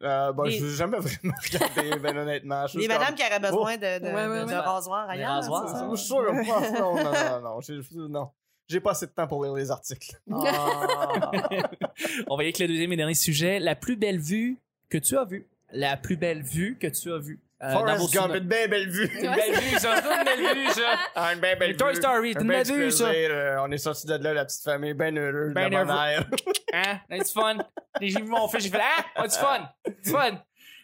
Speaker 3: Euh, bon,
Speaker 2: Les-
Speaker 3: je veux jamais vraiment regarder, ben, honnêtement. Je suis
Speaker 2: Les
Speaker 3: comme-
Speaker 2: madames qui auraient besoin de, de,
Speaker 4: Ouais, ouais,
Speaker 2: de- de
Speaker 1: ouais.
Speaker 2: rasoirs
Speaker 1: Des
Speaker 2: ailleurs.
Speaker 1: rasoirs,
Speaker 2: c'est
Speaker 1: ça.
Speaker 2: ça.
Speaker 3: Je suis sûr que pas. Non, non, non, non. J'ai, non. J'ai pas assez de temps pour lire les articles.
Speaker 2: Ah.
Speaker 1: On va y aller avec le deuxième et dernier sujet. La plus belle vue que tu as vue. La plus belle vue que tu as vue. Euh, dans vos
Speaker 3: Forrest Gump,
Speaker 1: souvenirs.
Speaker 3: une bien belle vue.
Speaker 1: Une belle vue, ça. C'est une belle vue, ça.
Speaker 3: Ah, une bien belle
Speaker 1: Le Toy
Speaker 3: vue.
Speaker 1: Story,
Speaker 3: Un
Speaker 1: c'est une
Speaker 3: ben
Speaker 1: belle
Speaker 3: petit
Speaker 1: vue, ça.
Speaker 3: plaisir, euh, on est sortis de là, la petite famille, bien heureux, de
Speaker 1: Ben
Speaker 3: la bonne
Speaker 1: heureux.
Speaker 3: air.
Speaker 1: Hein? On a du fun. Les- J'ai vu mon fils, j'ai fait Ah! On a du fun! Du fun!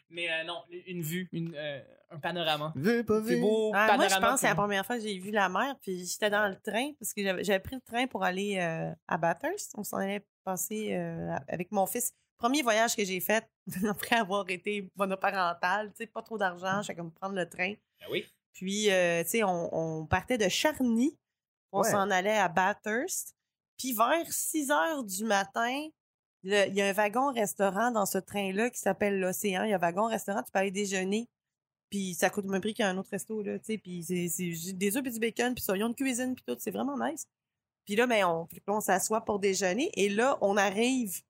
Speaker 1: Mais euh, non, une vue, une, euh, un panorama.
Speaker 3: Vu, pas
Speaker 1: C'est
Speaker 3: vu.
Speaker 1: beau,
Speaker 2: Ah, moi,
Speaker 1: panorama.
Speaker 2: je pense que c'est la
Speaker 1: puis-
Speaker 2: première fois que j'ai vu la mer, puis j'étais dans le train, parce que j'avais j'avais pris le train pour aller euh, à Bathurst. On s'en allait passer euh, avec mon fils. Premier voyage que j'ai fait après avoir été monoparentale, tu sais, pas trop d'argent, j'étais comme prendre le train.
Speaker 1: Ben oui.
Speaker 2: Puis, euh, tu sais, on, on partait de Charny, on
Speaker 3: Ouais.
Speaker 2: s'en allait à Bathurst. Puis vers 6 heures du matin, le- il y a un wagon-restaurant dans ce train-là qui s'appelle l'Océan. Il y a un wagon-restaurant, tu peux aller déjeuner. Puis ça coûte le même prix qu'un autre resto, là, tu sais. Puis c'est c'est juste des œufs puis du bacon, puis soyons de cuisine, puis tout. C'est vraiment nice. Puis là, ben, on, on s'assoit pour déjeuner. Et là, on arrive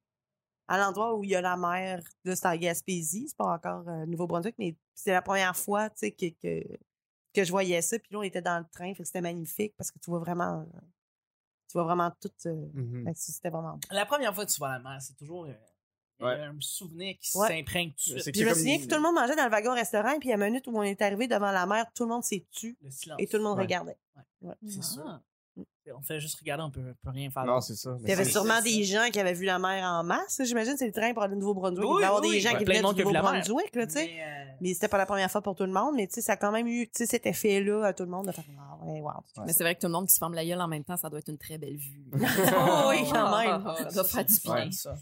Speaker 2: à l'endroit où il y a la mer. Là, c'est en Gaspésie. C'est pas encore euh, Nouveau-Brunswick, mais c'est la première fois, tu sais, que, que, que je voyais ça. Puis là, on était dans le train. Fait que c'était magnifique parce que tu vois vraiment... euh, Tu vois vraiment tout... euh,
Speaker 1: Mmh.
Speaker 3: Mhm.
Speaker 2: fait que C'était vraiment beau.
Speaker 1: La première fois que tu vois la mer, c'est toujours euh,
Speaker 3: Ouais.
Speaker 1: un souvenir qui
Speaker 2: Ouais.
Speaker 1: s'imprègne tout de
Speaker 3: C'est
Speaker 1: suite.
Speaker 2: Puis je me
Speaker 3: comme-
Speaker 2: souviens que tout le monde mangeait dans le wagon-restaurant, et puis à la minute où on est arrivé devant la mer, tout le monde s'est tu
Speaker 1: Le silence.
Speaker 2: et tout le monde
Speaker 3: Ouais.
Speaker 2: regardait.
Speaker 1: Ouais.
Speaker 2: Ouais.
Speaker 4: Ah.
Speaker 1: C'est sûr. On fait juste regarder, on peut, peut rien faire.
Speaker 3: Non, c'est ça.
Speaker 2: Il y avait
Speaker 1: C'est-
Speaker 2: sûrement
Speaker 1: c'est-
Speaker 2: des gens qui avaient vu la mer en masse. J'imagine c'est le train pour aller au Nouveau-Brunswick.
Speaker 1: Oui,
Speaker 2: il va y avoir
Speaker 1: oui,
Speaker 2: des gens
Speaker 1: ouais.
Speaker 2: qui
Speaker 1: Plein de
Speaker 2: venaient
Speaker 1: monde
Speaker 2: du
Speaker 1: qui a vu la mer.
Speaker 2: Nouveau-Brunswick, là, tu sais.
Speaker 1: Mais, euh,
Speaker 2: Mais c'était pas la première fois pour tout le monde, mais tu sais, ça a quand même eu, tu sais, cet effet-là à tout le monde de faire Ah ouais, wow.
Speaker 4: Mais c'est vrai que tout le monde qui se forme la gueule en même temps, ça doit être une très belle vue.
Speaker 2: Ah oui, quand même.
Speaker 4: Oh, Ça doit faire du bien.
Speaker 1: Ouais, ça.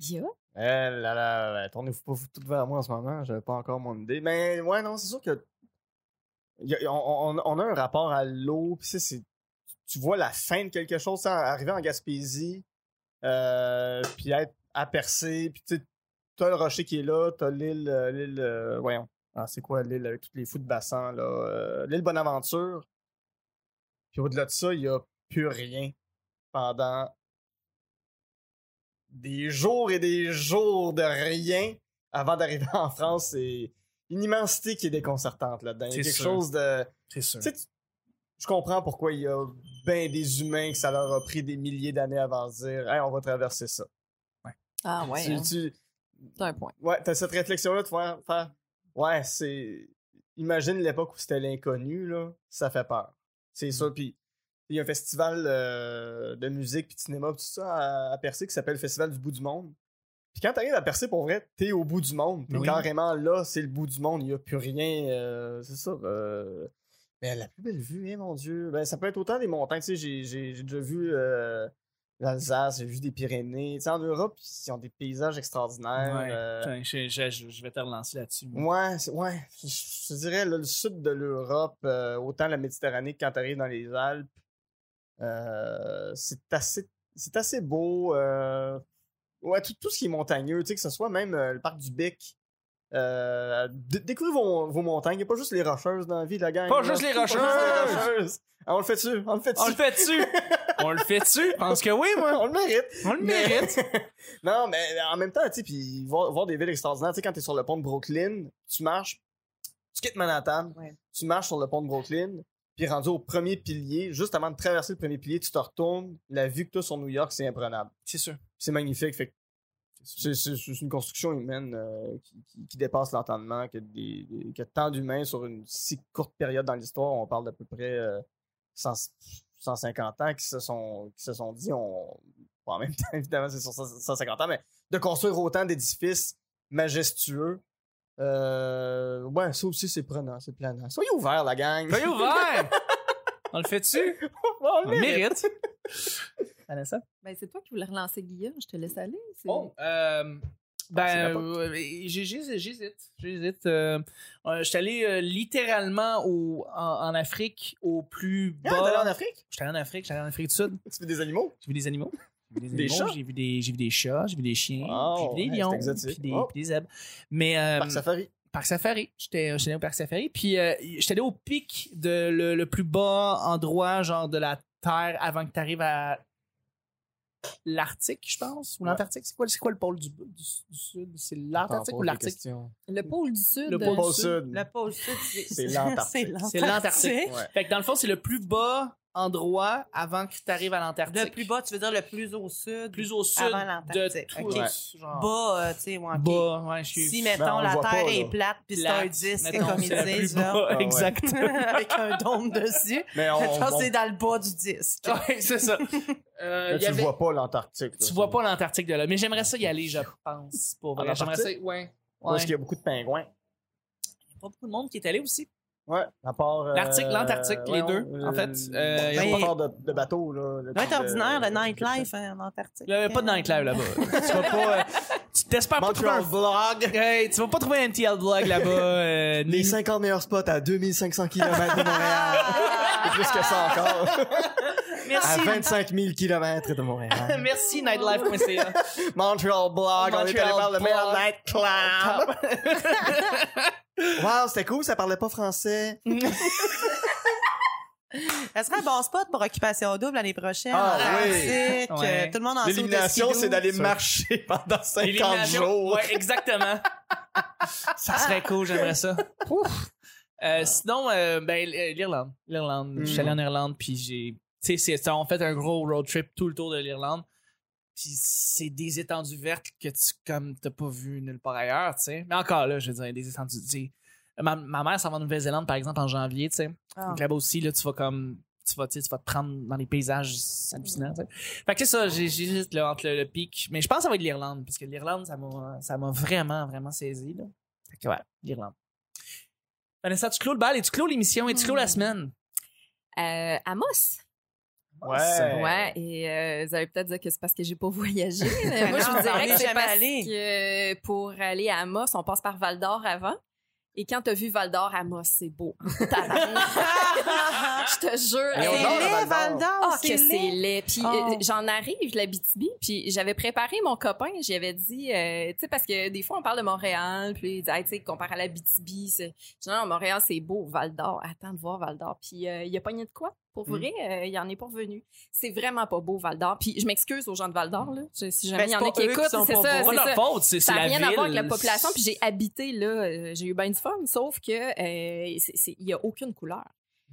Speaker 4: Yeah.
Speaker 3: Eh là là, là, tournez-vous pas vous toutes vers moi en ce moment, j'avais pas encore mon idée. Mais ouais, non, c'est sûr que. y a- on, on- on a un rapport à l'eau, pis ça, c'est. Tu vois la fin de quelque chose, ça, arriver en Gaspésie, euh, puis être à Percé, puis tu sais, t'as le rocher qui est là, t'as l'île. euh, l'île euh, voyons. Ah, c'est quoi l'île avec tous les fous de bassin, là euh, L'île Bonaventure. Puis au-delà de ça, il y a plus rien pendant des jours et des jours de rien avant d'arriver en France. C'est une immensité qui est déconcertante là-dedans. Il y a
Speaker 5: C'est
Speaker 3: quelque
Speaker 5: sûr.
Speaker 3: chose de.
Speaker 5: C'est sûr.
Speaker 3: Tu sais, tu- je comprends pourquoi il y a bien des humains que ça leur a pris des milliers d'années avant de se dire, hey, on va traverser ça.
Speaker 2: Ah ouais.
Speaker 3: Tu-
Speaker 2: hein.
Speaker 3: tu-
Speaker 4: C'est un point.
Speaker 3: Ouais, t'as cette réflexion-là de faire, faire- Ouais, c'est. Imagine l'époque où c'était l'inconnu, là. Ça fait peur. C'est
Speaker 2: Mm.
Speaker 3: ça. Puis il y a un festival euh, de musique, puis de cinéma, puis tout ça à, à Percé qui s'appelle le Festival du bout du monde. Puis quand t'arrives à Percé, pour vrai, t'es au bout du monde. T'es
Speaker 5: Oui.
Speaker 3: carrément là, c'est le bout du monde. Il n'y a plus rien. euh, c'est ça. euh, Mais la plus belle vue, hein, mon Dieu. Ben, ça peut être autant des montagnes. Tu sais, j'ai- j'ai j'ai déjà vu. euh, L'Alsace, j'ai vu des Pyrénées. Tu sais, en Europe, ils ont des paysages extraordinaires.
Speaker 5: Ouais.
Speaker 3: euh,
Speaker 5: Putain, je, je- je- je vais te relancer là-dessus.
Speaker 3: Ouais, c'est- ouais. Je, je dirais là, le sud de l'Europe, euh, autant la Méditerranée que quand tu arrives dans les Alpes, euh, c'est assez, c'est assez beau. euh, ouais, tout, tout ce qui est montagneux, tu sais, que ce soit même euh, le parc du Bec. Euh, d- découvrez vos, vos montagnes. Il n'y a pas juste les rocheuses dans la vie, la gang.
Speaker 1: Pas
Speaker 3: là.
Speaker 1: juste les
Speaker 3: Pas les
Speaker 1: Rocheuses!
Speaker 3: rocheuses. Ah, on le fait dessus. On le fait dessus.
Speaker 1: On le fait dessus! On le fait dessus? Je pense que oui, moi.
Speaker 3: on le mérite.
Speaker 1: On le
Speaker 3: Mais-
Speaker 1: mérite.
Speaker 3: non, mais en même temps, tu sais, puis voir, voir des villes extraordinaires, tu sais, quand t'es sur le pont de Brooklyn, tu marches, tu quittes Manhattan,
Speaker 2: Ouais.
Speaker 3: tu marches sur le pont de Brooklyn, puis rendu au premier pilier, juste avant de traverser le premier pilier, tu te retournes, la vue que t'as sur New York, c'est imprenable.
Speaker 5: C'est sûr.
Speaker 3: C'est magnifique, fait que c'est c'est- c'est une construction humaine euh, qui, qui- qui dépasse l'entendement, que, des, des- que tant d'humains sur une si courte période dans l'histoire, on parle d'à peu près euh, 100 150 ans, qui se sont, qui se sont dit, on, bon, en même temps, évidemment, c'est sur 150 ans, mais de construire autant d'édifices majestueux. euh, ouais, ça aussi, c'est prenant, c'est planant. Soyez ouverts, la gang!
Speaker 1: Soyez ouverts! On le fait dessus? On le mérite. Vanessa?
Speaker 4: Ben, c'est toi qui voulais relancer Guillaume, je te laisse aller. c'est-
Speaker 1: Bon,
Speaker 3: Oh!
Speaker 1: euh,
Speaker 3: c'est la
Speaker 1: ben,
Speaker 3: pote.
Speaker 1: euh, j'ai- j'ai- j'hésite. J'hésite. Euh, euh, j'étais allé euh, littéralement au, en, en Afrique, au plus
Speaker 3: Ah, t'es allé en
Speaker 1: bas.
Speaker 3: Afrique?
Speaker 1: J'étais allé en Afrique, j'étais allé en Afrique du Sud.
Speaker 3: Tu fais des animaux?
Speaker 1: J'ai vu des animaux. J'ai vu
Speaker 3: Des
Speaker 1: animaux,
Speaker 3: chats?
Speaker 1: J'ai vu des, j'ai vu des chats, j'ai vu des chiens,
Speaker 3: Wow,
Speaker 1: j'ai vu des
Speaker 3: hey, c'est
Speaker 1: lions,
Speaker 3: exotique.
Speaker 1: puis des,
Speaker 3: Oh.
Speaker 1: puis des zèbres. Mais euh,
Speaker 3: Parc safari.
Speaker 1: Parc Safari. J'étais j'étais allé au Parc Safari. Puis euh, j'étais allé au pic de le, le plus bas endroit, genre de la Terre, avant que tu arrives à l'Arctique, je pense, ou
Speaker 3: Ouais.
Speaker 1: l'Antarctique. C'est quoi, c'est quoi le pôle du, du- du Sud? C'est l'Antarctique ou l'Arctique?
Speaker 4: Le pôle du Sud.
Speaker 1: Le
Speaker 4: euh,
Speaker 1: pôle
Speaker 3: Pas au sud.
Speaker 2: Le pôle sud, c'est
Speaker 3: C'est l'Antarctique.
Speaker 1: C'est l'Antarctique.
Speaker 3: Ouais.
Speaker 1: Fait que dans le fond, c'est le plus bas endroit avant que tu arrives à l'Antarctique.
Speaker 2: Le plus bas, tu veux dire le plus au sud.
Speaker 1: Plus au sud
Speaker 2: Avant
Speaker 1: de
Speaker 2: l'Antarctique.
Speaker 1: tout.
Speaker 2: Ok.
Speaker 1: Ouais. Genre,
Speaker 2: Bas, euh, tu sais, ouais, ok.
Speaker 1: Bas, ouais, je suis
Speaker 2: Si,
Speaker 3: Ben,
Speaker 2: mettons,
Speaker 3: on
Speaker 2: la
Speaker 3: voit
Speaker 2: Terre
Speaker 3: pas, là.
Speaker 2: est plate, puis c'est un
Speaker 1: plate.
Speaker 2: 10, c'est
Speaker 1: Mettons,
Speaker 2: comme ils
Speaker 1: c'est le plus
Speaker 2: disent,
Speaker 1: bas.
Speaker 2: là.
Speaker 3: Ah ouais.
Speaker 1: Exact.
Speaker 2: avec un dôme dessus.
Speaker 3: Mais on, Ah,
Speaker 2: Mettons,
Speaker 3: on-
Speaker 2: c'est dans le bas du disque.
Speaker 1: Ouais, c'est ça. Euh, il
Speaker 3: là,
Speaker 1: y
Speaker 3: tu
Speaker 1: avait-
Speaker 3: vois pas l'Antarctique. là,
Speaker 1: Tu
Speaker 3: ça.
Speaker 1: vois pas l'Antarctique de là, mais j'aimerais ça y aller, je pense. Pour vrai.
Speaker 3: En
Speaker 1: J'aimerais ça.
Speaker 3: Antarctique?
Speaker 1: Ouais. ouais.
Speaker 3: Parce qu'il y a beaucoup de pingouins.
Speaker 1: pas beaucoup de monde qui est allé aussi.
Speaker 3: Ouais, à part. euh,
Speaker 1: L'Arctique, l'Antarctique, les
Speaker 3: ouais,
Speaker 1: deux,
Speaker 3: on-
Speaker 1: en fait. Euh,
Speaker 3: il n'y
Speaker 2: mais-
Speaker 3: a pas encore de, de bateau, là.
Speaker 2: Ça
Speaker 3: le type
Speaker 2: doit
Speaker 3: de-
Speaker 2: être ordinaire, le
Speaker 3: de-
Speaker 2: nightlife hein, en Antarctique.
Speaker 1: Il y avait pas de nightlife là-bas. tu vas pas. euh, tu t'espères pas trouver
Speaker 3: Montreal
Speaker 1: un
Speaker 3: Vlog.
Speaker 1: Hey, tu vas pas trouver un TL blog là-bas. euh,
Speaker 3: Les
Speaker 1: ni-
Speaker 3: 50 meilleurs spots à 2500 km de Montréal.
Speaker 2: Ah.
Speaker 3: Et plus que ça encore. À
Speaker 1: Merci.
Speaker 3: 25 000 km de Montréal.
Speaker 1: Merci nightlife.ca.
Speaker 3: Montreal Blog, on est allé
Speaker 1: Montreal
Speaker 3: voir le
Speaker 1: Blog.
Speaker 3: meilleur nightclub. wow, c'était cool, ça parlait pas français.
Speaker 2: Ça serait un bon spot pour Occupation Double l'année prochaine.
Speaker 3: Ah,
Speaker 2: Antarctique,
Speaker 1: oui. Ouais.
Speaker 2: euh, tout le monde en saut de
Speaker 3: L'élimination,
Speaker 2: skidoo.
Speaker 3: c'est d'aller marcher pendant 50
Speaker 1: Élimination.
Speaker 3: jours.
Speaker 1: Ouais, exactement. ça serait cool, j'aimerais ça. Ouf. Euh, sinon, euh, ben, euh, l'Irlande. L'Irlande. Je suis allé en Irlande, puis j'ai. Tu sais, c'est- c'est- on fait un gros road trip tout le tour de l'Irlande. Puis c'est des étendues vertes que tu comme t'as pas vu nulle part ailleurs, tu sais. Mais encore là, je veux dire, des étendues. tu sais, Ma, ma mère s'en va en Nouvelle-Zélande, par exemple, en janvier, tu sais.
Speaker 2: Ah.
Speaker 1: Donc là-bas aussi, là, tu vas comme. Tu vas, tu sais, tu vas te prendre dans les paysages hallucinants. tu sais. Fait que c'est ça, j'ai- j'hésite là, entre le, le pic. Mais je pense que ça va être l'Irlande, parce que l'Irlande, ça m'a ça m'a vraiment, vraiment saisi. Là. Fait que ouais, l'Irlande. Vanessa, tu clôt le bal et tu clôt l'émission et tu clôt
Speaker 4: Hmm.
Speaker 1: la semaine.
Speaker 4: euh, Amos.
Speaker 3: Ouais.
Speaker 4: Ouais, et euh, vous allez peut-être dire que c'est parce que j'ai pas voyagé. mais moi, je
Speaker 2: Non,
Speaker 4: vous
Speaker 2: on est
Speaker 4: dirais que c'est
Speaker 2: jamais
Speaker 4: parce
Speaker 2: allé.
Speaker 4: que euh, pour aller à Amos, on passe par Val d'Or avant. Et quand t'as vu Val d'Or, Amos, c'est beau. Tabarnak. je te jure.
Speaker 3: Et on
Speaker 2: C'est
Speaker 4: hey,
Speaker 3: dort à
Speaker 2: laid,
Speaker 3: Val
Speaker 2: Val
Speaker 3: d'Or.
Speaker 2: d'Or,
Speaker 4: Ah,
Speaker 2: c'est
Speaker 4: que c'est
Speaker 2: laid.
Speaker 4: laid. Puis
Speaker 2: Ah.
Speaker 4: euh, j'en arrive, la BTB, puis j'avais préparé mon copain, j'avais dit, euh, tu sais, parce que des fois, on parle de Montréal, puis il dit, Hey, tu sais, comparé à la BTB, c'est... Je dis, non, Montréal, c'est beau, Val-d'Or, attends de voir Val-d'Or. Puis euh, il a pogné de quoi Pour
Speaker 2: Hmm.
Speaker 3: Mm.
Speaker 4: vrai, euh, il y en est pas revenu. C'est vraiment pas beau, Val d'Or. Puis je m'excuse aux gens de Val d'Or, là. Je- si jamais
Speaker 2: Ben,
Speaker 4: il y en
Speaker 2: c'est
Speaker 4: a
Speaker 2: pas
Speaker 4: qui
Speaker 2: eux qui
Speaker 4: écoutent,
Speaker 2: sont
Speaker 4: c'est
Speaker 2: pas
Speaker 4: ça.
Speaker 2: beaux.
Speaker 1: Pas
Speaker 4: c'est
Speaker 1: leur
Speaker 4: ça.
Speaker 1: faute, c'est c'est
Speaker 4: Ça n'a
Speaker 1: la
Speaker 4: rien
Speaker 1: ville.
Speaker 4: à voir avec la population, puis j'ai habité là, euh, j'ai eu bien du fun, sauf que euh, c'est- c'est- il n'y a aucune couleur.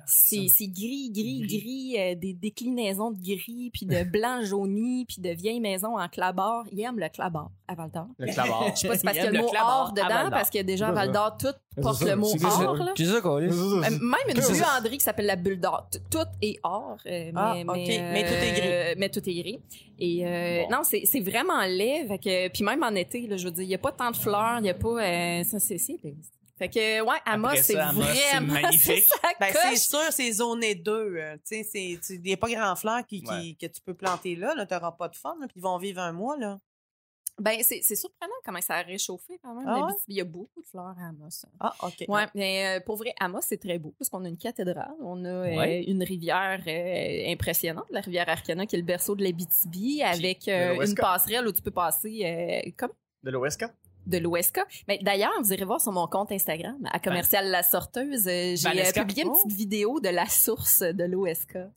Speaker 4: C'est c'est gris, gris, gris, euh, des déclinaisons de gris, puis de blanc jauni, puis de vieilles maisons en clabard. Ils aiment le clabard à Val d'Or.
Speaker 3: Le clavard.
Speaker 4: Je sais pas si c'est parce
Speaker 1: Ils
Speaker 4: qu'il y a le
Speaker 1: aiment
Speaker 4: mot
Speaker 1: le clabard
Speaker 4: or
Speaker 1: à
Speaker 4: dedans,
Speaker 1: Val-d'Or.
Speaker 4: parce que déjà à
Speaker 3: C'est ça.
Speaker 4: Val d'Or, tout
Speaker 3: C'est
Speaker 4: porte
Speaker 3: ça,
Speaker 4: le mot
Speaker 3: c'est que
Speaker 4: or.
Speaker 3: c'est-
Speaker 4: là.
Speaker 1: C'est ça, quoi.
Speaker 3: C'est ça,
Speaker 4: Euh,
Speaker 3: c'est-
Speaker 4: Même une
Speaker 3: Qu'est-ce que
Speaker 4: buanderie qui s'appelle la bulle d'or. T- Tout est or. euh, mais,
Speaker 2: Ah,
Speaker 4: mais,
Speaker 2: ok. Mais tout est gris.
Speaker 4: euh, mais tout est gris. Et euh, non, c'est c'est vraiment laid. Fait que, puis même en été, là, je veux dire, il n'y a pas tant de fleurs, il n'y a pas. euh, ça, c'est c'est laid. Fait que, ouais, Amos,
Speaker 5: Après ça,
Speaker 4: c'est
Speaker 5: Amos, c'est
Speaker 4: vraiment.
Speaker 5: magnifique.
Speaker 4: ça
Speaker 2: Ben, c'est
Speaker 4: coche.
Speaker 2: sûr, c'est zoné 2. euh, Tu sais, il n'y a pas grand fleur qui, qui-
Speaker 5: Ouais.
Speaker 2: que tu peux planter là. là tu n'auras pas de fun. là, puis ils vont vivre un mois. là.
Speaker 4: Ben, c'est c'est surprenant comment ça a réchauffé quand même.
Speaker 2: Ah
Speaker 4: la
Speaker 2: ouais?
Speaker 4: Bic- Il y a beaucoup de fleurs à Amos. hein.
Speaker 2: Ah, OK.
Speaker 4: Ouais, mais euh, pour vrai, Amos, c'est très beau parce qu'on a une cathédrale, on a euh,
Speaker 1: Ouais.
Speaker 4: une rivière euh, impressionnante, la rivière Arcana, qui est le berceau de l'Abitibi, avec euh,
Speaker 3: l'Oesca.
Speaker 4: une passerelle où tu peux passer euh, comme
Speaker 3: De l'OSK?
Speaker 4: de l'Ouesca. Mais d'ailleurs, vous irez voir sur mon compte Instagram, à commercial la sorteuse, euh, j'ai euh,
Speaker 5: Valesca.
Speaker 4: publié une petite vidéo de la source de l'Ouesca.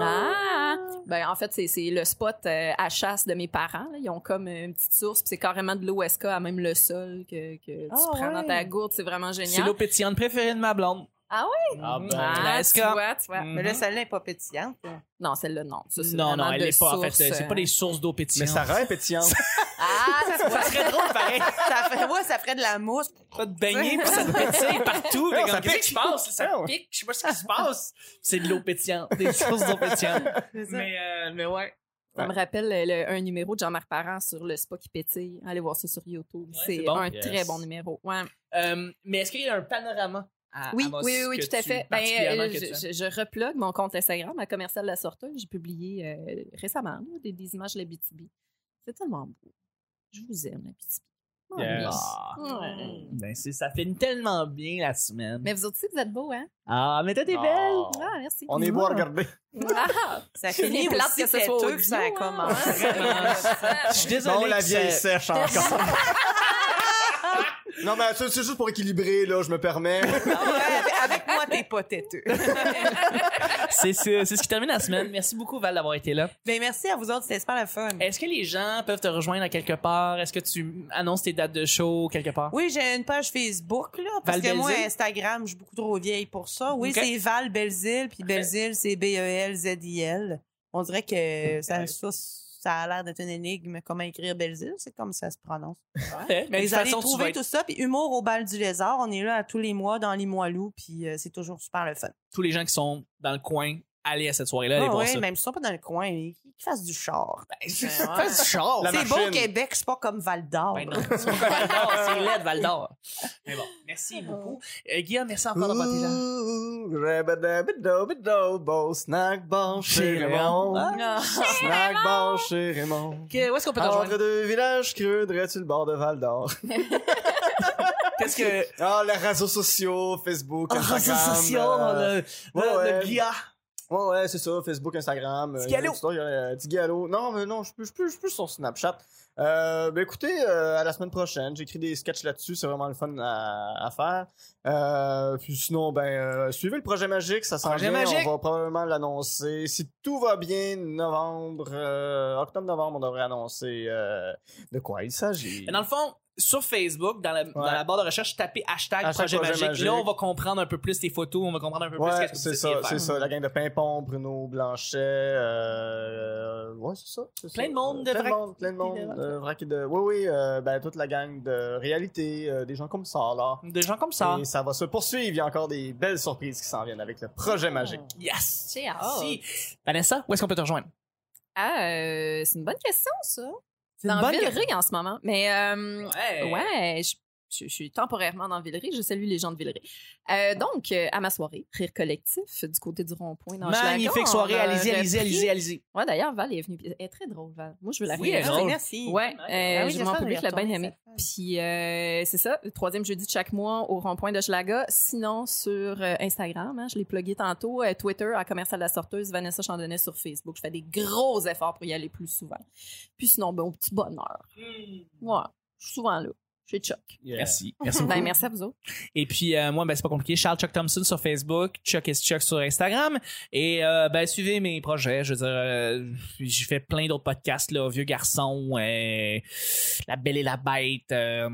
Speaker 4: Ah! Ben, en fait, c'est- c'est le spot euh, à chasse de mes parents. là. Ils ont comme euh, une petite source, puis c'est carrément de l'eau SK à même le sol que, que tu
Speaker 2: Ah,
Speaker 4: prends dans ta
Speaker 2: ouais.
Speaker 4: gourde. C'est vraiment
Speaker 1: C'est
Speaker 4: génial.
Speaker 1: l'eau pétillante préférée de ma blonde.
Speaker 4: Ah
Speaker 1: oui?
Speaker 5: Ah ben.
Speaker 4: Ah,
Speaker 1: La
Speaker 4: tu
Speaker 1: SK.
Speaker 4: vois, tu vois.
Speaker 1: Mhm.
Speaker 2: Mais là, celle-là n'est pas pétillante. là.
Speaker 4: Non, celle-là, non. Ça, c'est
Speaker 1: Non,
Speaker 4: vraiment
Speaker 1: non, elle
Speaker 4: de
Speaker 1: est pas. En fait,
Speaker 4: source, euh,
Speaker 1: c'est pas des sources d'eau
Speaker 3: Mais
Speaker 1: pétillante.
Speaker 3: Sarah est pétillante.
Speaker 4: Ah, tu vois.
Speaker 1: serait drôle, pareil.
Speaker 2: ça, ferait, ouais, ça ferait de la mousse.
Speaker 1: Pas de baigner, puis ça te pétille partout.
Speaker 3: Non,
Speaker 1: Fait
Speaker 3: ça
Speaker 1: comme, Qu'est-ce qui se
Speaker 3: pique.
Speaker 1: passe? Ça
Speaker 3: Ah ouais.
Speaker 1: pique. Je sais pas ce qui se passe. C'est de l'eau pétillante. Des sources d'eau pétillante.
Speaker 2: C'est ça.
Speaker 1: Mais, euh, mais ouais.
Speaker 4: Ça me rappelle le- le- un numéro de Jean-Marc Parent sur le spa qui pétille. Allez voir ça sur YouTube. c'est
Speaker 1: c'est bon.
Speaker 4: un
Speaker 5: Yes.
Speaker 4: très bon numéro. Ouais.
Speaker 1: Euh, mais est-ce qu'il y a un panorama à
Speaker 4: Oui,
Speaker 1: Amos
Speaker 4: oui, oui,
Speaker 1: que
Speaker 4: tout à
Speaker 1: tu-
Speaker 4: fait. Ben,
Speaker 1: particulièrement
Speaker 4: euh,
Speaker 1: que
Speaker 4: je,
Speaker 1: tu aimes?
Speaker 4: je, je replogue mon compte Instagram à Commercial La Sorteuse. J'ai publié euh, récemment là, des, des images de la BTB. C'est tellement beau. Je vous aime, la BTB. Oh,
Speaker 5: Yes.
Speaker 4: oui.
Speaker 1: Ah.
Speaker 4: Ouais.
Speaker 1: Ben, c'est- ça fait tellement bien la semaine.
Speaker 4: Mais vous aussi, vous êtes beaux, hein?
Speaker 1: Ah, mais toi, t'es
Speaker 5: Ah.
Speaker 1: belle.
Speaker 4: Ah, merci.
Speaker 3: On est beau à regarder.
Speaker 4: Ah,
Speaker 2: Ça finit
Speaker 4: plate
Speaker 2: aussi
Speaker 4: que ce soit
Speaker 2: têteux
Speaker 4: audio,
Speaker 2: que ça
Speaker 4: hein.
Speaker 2: commence.
Speaker 1: Je suis désolé.
Speaker 3: Non, la
Speaker 1: que
Speaker 3: vieille
Speaker 1: ça-
Speaker 3: sèche encore. non, mais ça, c'est juste pour équilibrer, là, je me permets.
Speaker 2: Ouais, avec moi, t'es pas têteux.
Speaker 1: C'est c'est- c'est ce qui termine la semaine. Merci beaucoup, Val, d'avoir été là.
Speaker 2: Ben, merci à vous autres. C'était super le fun.
Speaker 1: Est-ce que les gens peuvent te rejoindre à quelque part? Est-ce que tu annonces tes dates de show quelque part?
Speaker 2: Oui, j'ai une page Facebook, là, parce
Speaker 1: Val
Speaker 2: que moi,
Speaker 1: Belzile?
Speaker 2: Instagram, je suis beaucoup trop vieille pour ça. Oui,
Speaker 1: Ok.
Speaker 2: c'est Val Belzile, puis Belzile, c'est E B-E-L-Z-I-L. On dirait que ça, ça, ça a l'air d'être une énigme, comment écrire Belzile, c'est comme ça se prononce.
Speaker 1: Parfait. Mais
Speaker 2: Mais
Speaker 1: de
Speaker 2: vous
Speaker 1: toute
Speaker 2: allez
Speaker 1: façon, tu vas
Speaker 2: trouver
Speaker 1: être
Speaker 2: tout ça, puis Humour au bal du lézard, on est là à tous les mois dans Limoilou, puis euh, c'est toujours super le fun.
Speaker 1: tous les gens qui sont dans le coin, allez à cette soirée-là, allez
Speaker 2: Ah
Speaker 1: voir
Speaker 2: ouais,
Speaker 1: ça.
Speaker 2: même si ils sont pas dans le coin, ils qu'ils fassent du char.
Speaker 1: Fais du char.
Speaker 3: La
Speaker 2: c'est beau
Speaker 3: machine.
Speaker 2: Québec, c'est pas comme Val d'Or.
Speaker 1: Ben non, c'est pas Val d'Or, c'est laid de Val d'Or. Mais bon, merci beaucoup. Euh, Guillaume, merci encore d'avoir été là.
Speaker 3: Ouh, rabidabidobido, beau snack bar chez Raymond. Snack bar chez Raymond.
Speaker 1: Que- où est-ce qu'on peut te
Speaker 3: Entre
Speaker 1: rejoindre?
Speaker 3: deux villages creux, tu le bord de Val d'Or?
Speaker 1: Qu'est-ce que.
Speaker 3: Ah, les réseaux sociaux, Facebook,
Speaker 1: Ah,
Speaker 3: Instagram. euh,
Speaker 1: le, le,
Speaker 3: ouais,
Speaker 1: le
Speaker 3: ouais.
Speaker 1: Guilla.
Speaker 3: Ouais, ouais, c'est ça, Facebook, Instagram. euh,
Speaker 1: Petit galop.
Speaker 3: Insta, il y a, euh, petit galop. Non, mais non, je suis plus- je suis plus- je suis plus sur Snapchat. Euh, ben écoutez, euh, à la semaine prochaine, j'écris des sketchs là-dessus, c'est vraiment le fun à, à faire. Euh, puis sinon, ben euh, suivez le projet magique, ça s'en
Speaker 1: Projet
Speaker 3: vient,
Speaker 1: magique.
Speaker 3: on va probablement l'annoncer. Si tout va bien, novembre, euh, octobre-novembre, on devrait annoncer euh, de quoi il s'agit.
Speaker 1: Mais dans le fond, sur Facebook, dans la, dans la barre de recherche, tapez hashtag,
Speaker 3: Hashtag
Speaker 1: projet,
Speaker 3: projet
Speaker 1: magique.
Speaker 3: magique.
Speaker 1: Là, on va comprendre un peu plus tes photos, on va comprendre un peu plus
Speaker 3: Ouais,
Speaker 1: qu'est-ce que
Speaker 3: c'est
Speaker 1: vous
Speaker 3: ça,
Speaker 1: essayez de
Speaker 3: c'est
Speaker 1: faire.
Speaker 3: ça. La gang de Pimpon, Bruno Blanchet, euh, ouais, c'est ça. c'est
Speaker 1: Plein
Speaker 3: ça.
Speaker 1: de monde
Speaker 3: Euh,
Speaker 1: de
Speaker 3: plein de
Speaker 1: vrac-
Speaker 3: monde, plein de monde,
Speaker 1: de vrac-
Speaker 3: euh, vrac- de- Oui, oui, euh, ben, toute la gang de réalité, euh, des gens comme ça, là.
Speaker 1: Des gens comme ça.
Speaker 3: Et ça va se poursuivre. Il y a encore des belles surprises qui s'en viennent avec le
Speaker 1: Ah.
Speaker 3: projet magique.
Speaker 1: Yes!
Speaker 4: j'ai hâte.
Speaker 1: Ah, Si. Vanessa, où est-ce qu'on peut te rejoindre?
Speaker 4: oh. Ah, euh, c'est une bonne question, ça.
Speaker 1: C'est
Speaker 4: dans Villeray en ce moment. Mais euh,
Speaker 1: Ouais.
Speaker 4: ouais, je, je- je suis temporairement dans Villeray. Je salue les gens de Villeray. Euh, donc, euh, à ma soirée, Rire collectif du côté du rond-point. dans Hochelaga,
Speaker 1: Magnifique
Speaker 4: on
Speaker 1: soirée,
Speaker 4: a
Speaker 1: allez-y, allez-y,
Speaker 4: repris-
Speaker 1: allez-y, allez-y.
Speaker 4: Ouais, d'ailleurs, Val est venue. Elle est très drôle, Val. Moi, je veux la
Speaker 1: Oui, elle est
Speaker 4: réinviter.
Speaker 1: drôle.
Speaker 2: merci.
Speaker 4: Ouais,
Speaker 1: Ah
Speaker 4: euh,
Speaker 2: oui,
Speaker 4: je-
Speaker 2: j'ai
Speaker 4: mon
Speaker 2: hâte de
Speaker 4: public
Speaker 2: y
Speaker 4: l'a bien
Speaker 2: retourner
Speaker 4: aimé.
Speaker 2: cette fois.
Speaker 4: Puis euh, c'est ça, le troisième jeudi de chaque mois au rond-point de Schlaga. Sinon, sur euh, Instagram, hein, je l'ai plugué tantôt, euh, Twitter, à Commercial de la Sorteuse, Vanessa Chandonnet sur Facebook. Je fais des gros
Speaker 1: Hmm.
Speaker 4: efforts pour y aller plus souvent. Puis sinon, ben, au petit bonheur. Ouais, je suis souvent là. Je chez Chuck.
Speaker 1: Merci. Merci beaucoup.
Speaker 4: Ben, merci à vous autres.
Speaker 1: Et puis, euh, moi, ben, c'est pas compliqué. Charles Chuck Thompson sur Facebook, Chuck is Chuck sur Instagram. Et, euh, ben, suivez mes projets. Je veux dire, euh, j'ai fait plein d'autres podcasts, là. Vieux garçon, euh, La Belle et la Bête, euh,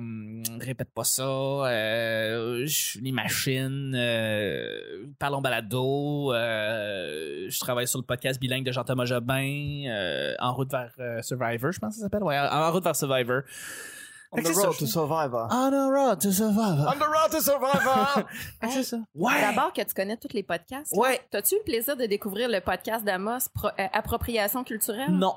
Speaker 1: Répète pas ça, euh, je- Les Machines, euh, Parlons balado. euh, je travaille sur le podcast bilingue de Jean-Thomas Jobin, euh, En route vers euh, Survivor, je pense que ça s'appelle. Ouais, En route vers Survivor.
Speaker 3: On
Speaker 1: Fait que
Speaker 3: the
Speaker 1: c'est ça,
Speaker 3: road
Speaker 1: je-
Speaker 3: to survivor.
Speaker 1: On the road to Survivor.
Speaker 3: On the road to survivor!
Speaker 1: c'est ça. Ouais.
Speaker 4: D'abord que tu connais tous les podcasts. là.
Speaker 1: Ouais.
Speaker 4: T'as-tu eu le plaisir de découvrir le podcast d'Amos, Pro- euh, Appropriation culturelle?
Speaker 1: Non.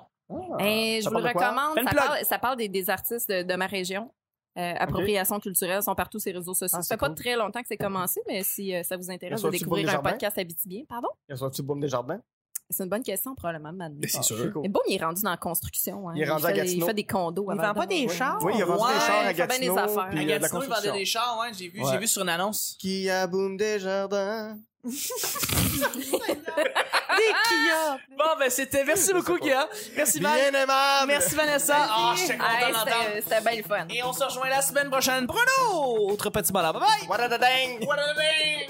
Speaker 4: Eh, je
Speaker 3: Ça
Speaker 4: vous le
Speaker 3: parle de quoi?
Speaker 4: recommande.
Speaker 1: Fais le
Speaker 4: Ça
Speaker 1: plug.
Speaker 4: parle, ça parle des, des artistes de, de ma région. Euh, appropriation culturelle, sont partout ces réseaux sociaux.
Speaker 3: Ah,
Speaker 4: ça
Speaker 3: c'est
Speaker 4: fait pas
Speaker 3: cool.
Speaker 4: très longtemps que c'est commencé, mais si euh, ça vous intéresse
Speaker 3: Est-ce
Speaker 4: de
Speaker 3: que tu
Speaker 4: découvrir
Speaker 3: bois
Speaker 4: un
Speaker 3: des jardins?
Speaker 4: podcast habitibien, pardon?
Speaker 3: Il reçoit tu Boom Desjardins?
Speaker 4: C'est une bonne question, probablement, de Madeline.
Speaker 1: C'est
Speaker 3: Ah,
Speaker 1: sûr.
Speaker 3: c'est cool.
Speaker 4: Mais bon, il est rendu dans la construction. hein.
Speaker 3: Il est rendu à
Speaker 4: fait,
Speaker 3: Gatineau.
Speaker 4: Il fait des condos.
Speaker 2: Il
Speaker 4: avant
Speaker 2: vend pas
Speaker 4: d'avoir-
Speaker 2: des chars?
Speaker 3: Oui, il a vendu
Speaker 1: ben, Ouais,
Speaker 3: des chars à
Speaker 4: il fait bien des
Speaker 3: Gatineau.
Speaker 4: affaires.
Speaker 3: puis
Speaker 4: À
Speaker 3: il y a de
Speaker 1: Gatineau,
Speaker 3: la
Speaker 1: ils vendaient
Speaker 3: construction.
Speaker 1: des chars, ouais, j'ai vu,
Speaker 3: Ouais.
Speaker 1: j'ai vu sur une annonce.
Speaker 3: Qui a Boom Desjardins?
Speaker 2: Des kiosques.
Speaker 1: Bon, ben c'était, merci
Speaker 3: Je
Speaker 1: beaucoup,
Speaker 3: sais pas.
Speaker 1: Guillaume. Merci, Val.
Speaker 3: aimable!
Speaker 1: Merci, Vanessa. Ah, euh, je suis content
Speaker 4: Hey,
Speaker 1: de l'entendre.
Speaker 4: c'était- C'était bien le fun.
Speaker 1: Et on se rejoint la semaine prochaine pour un autre petit bonheur. Bye bye!
Speaker 3: What a da dang!
Speaker 1: What a day!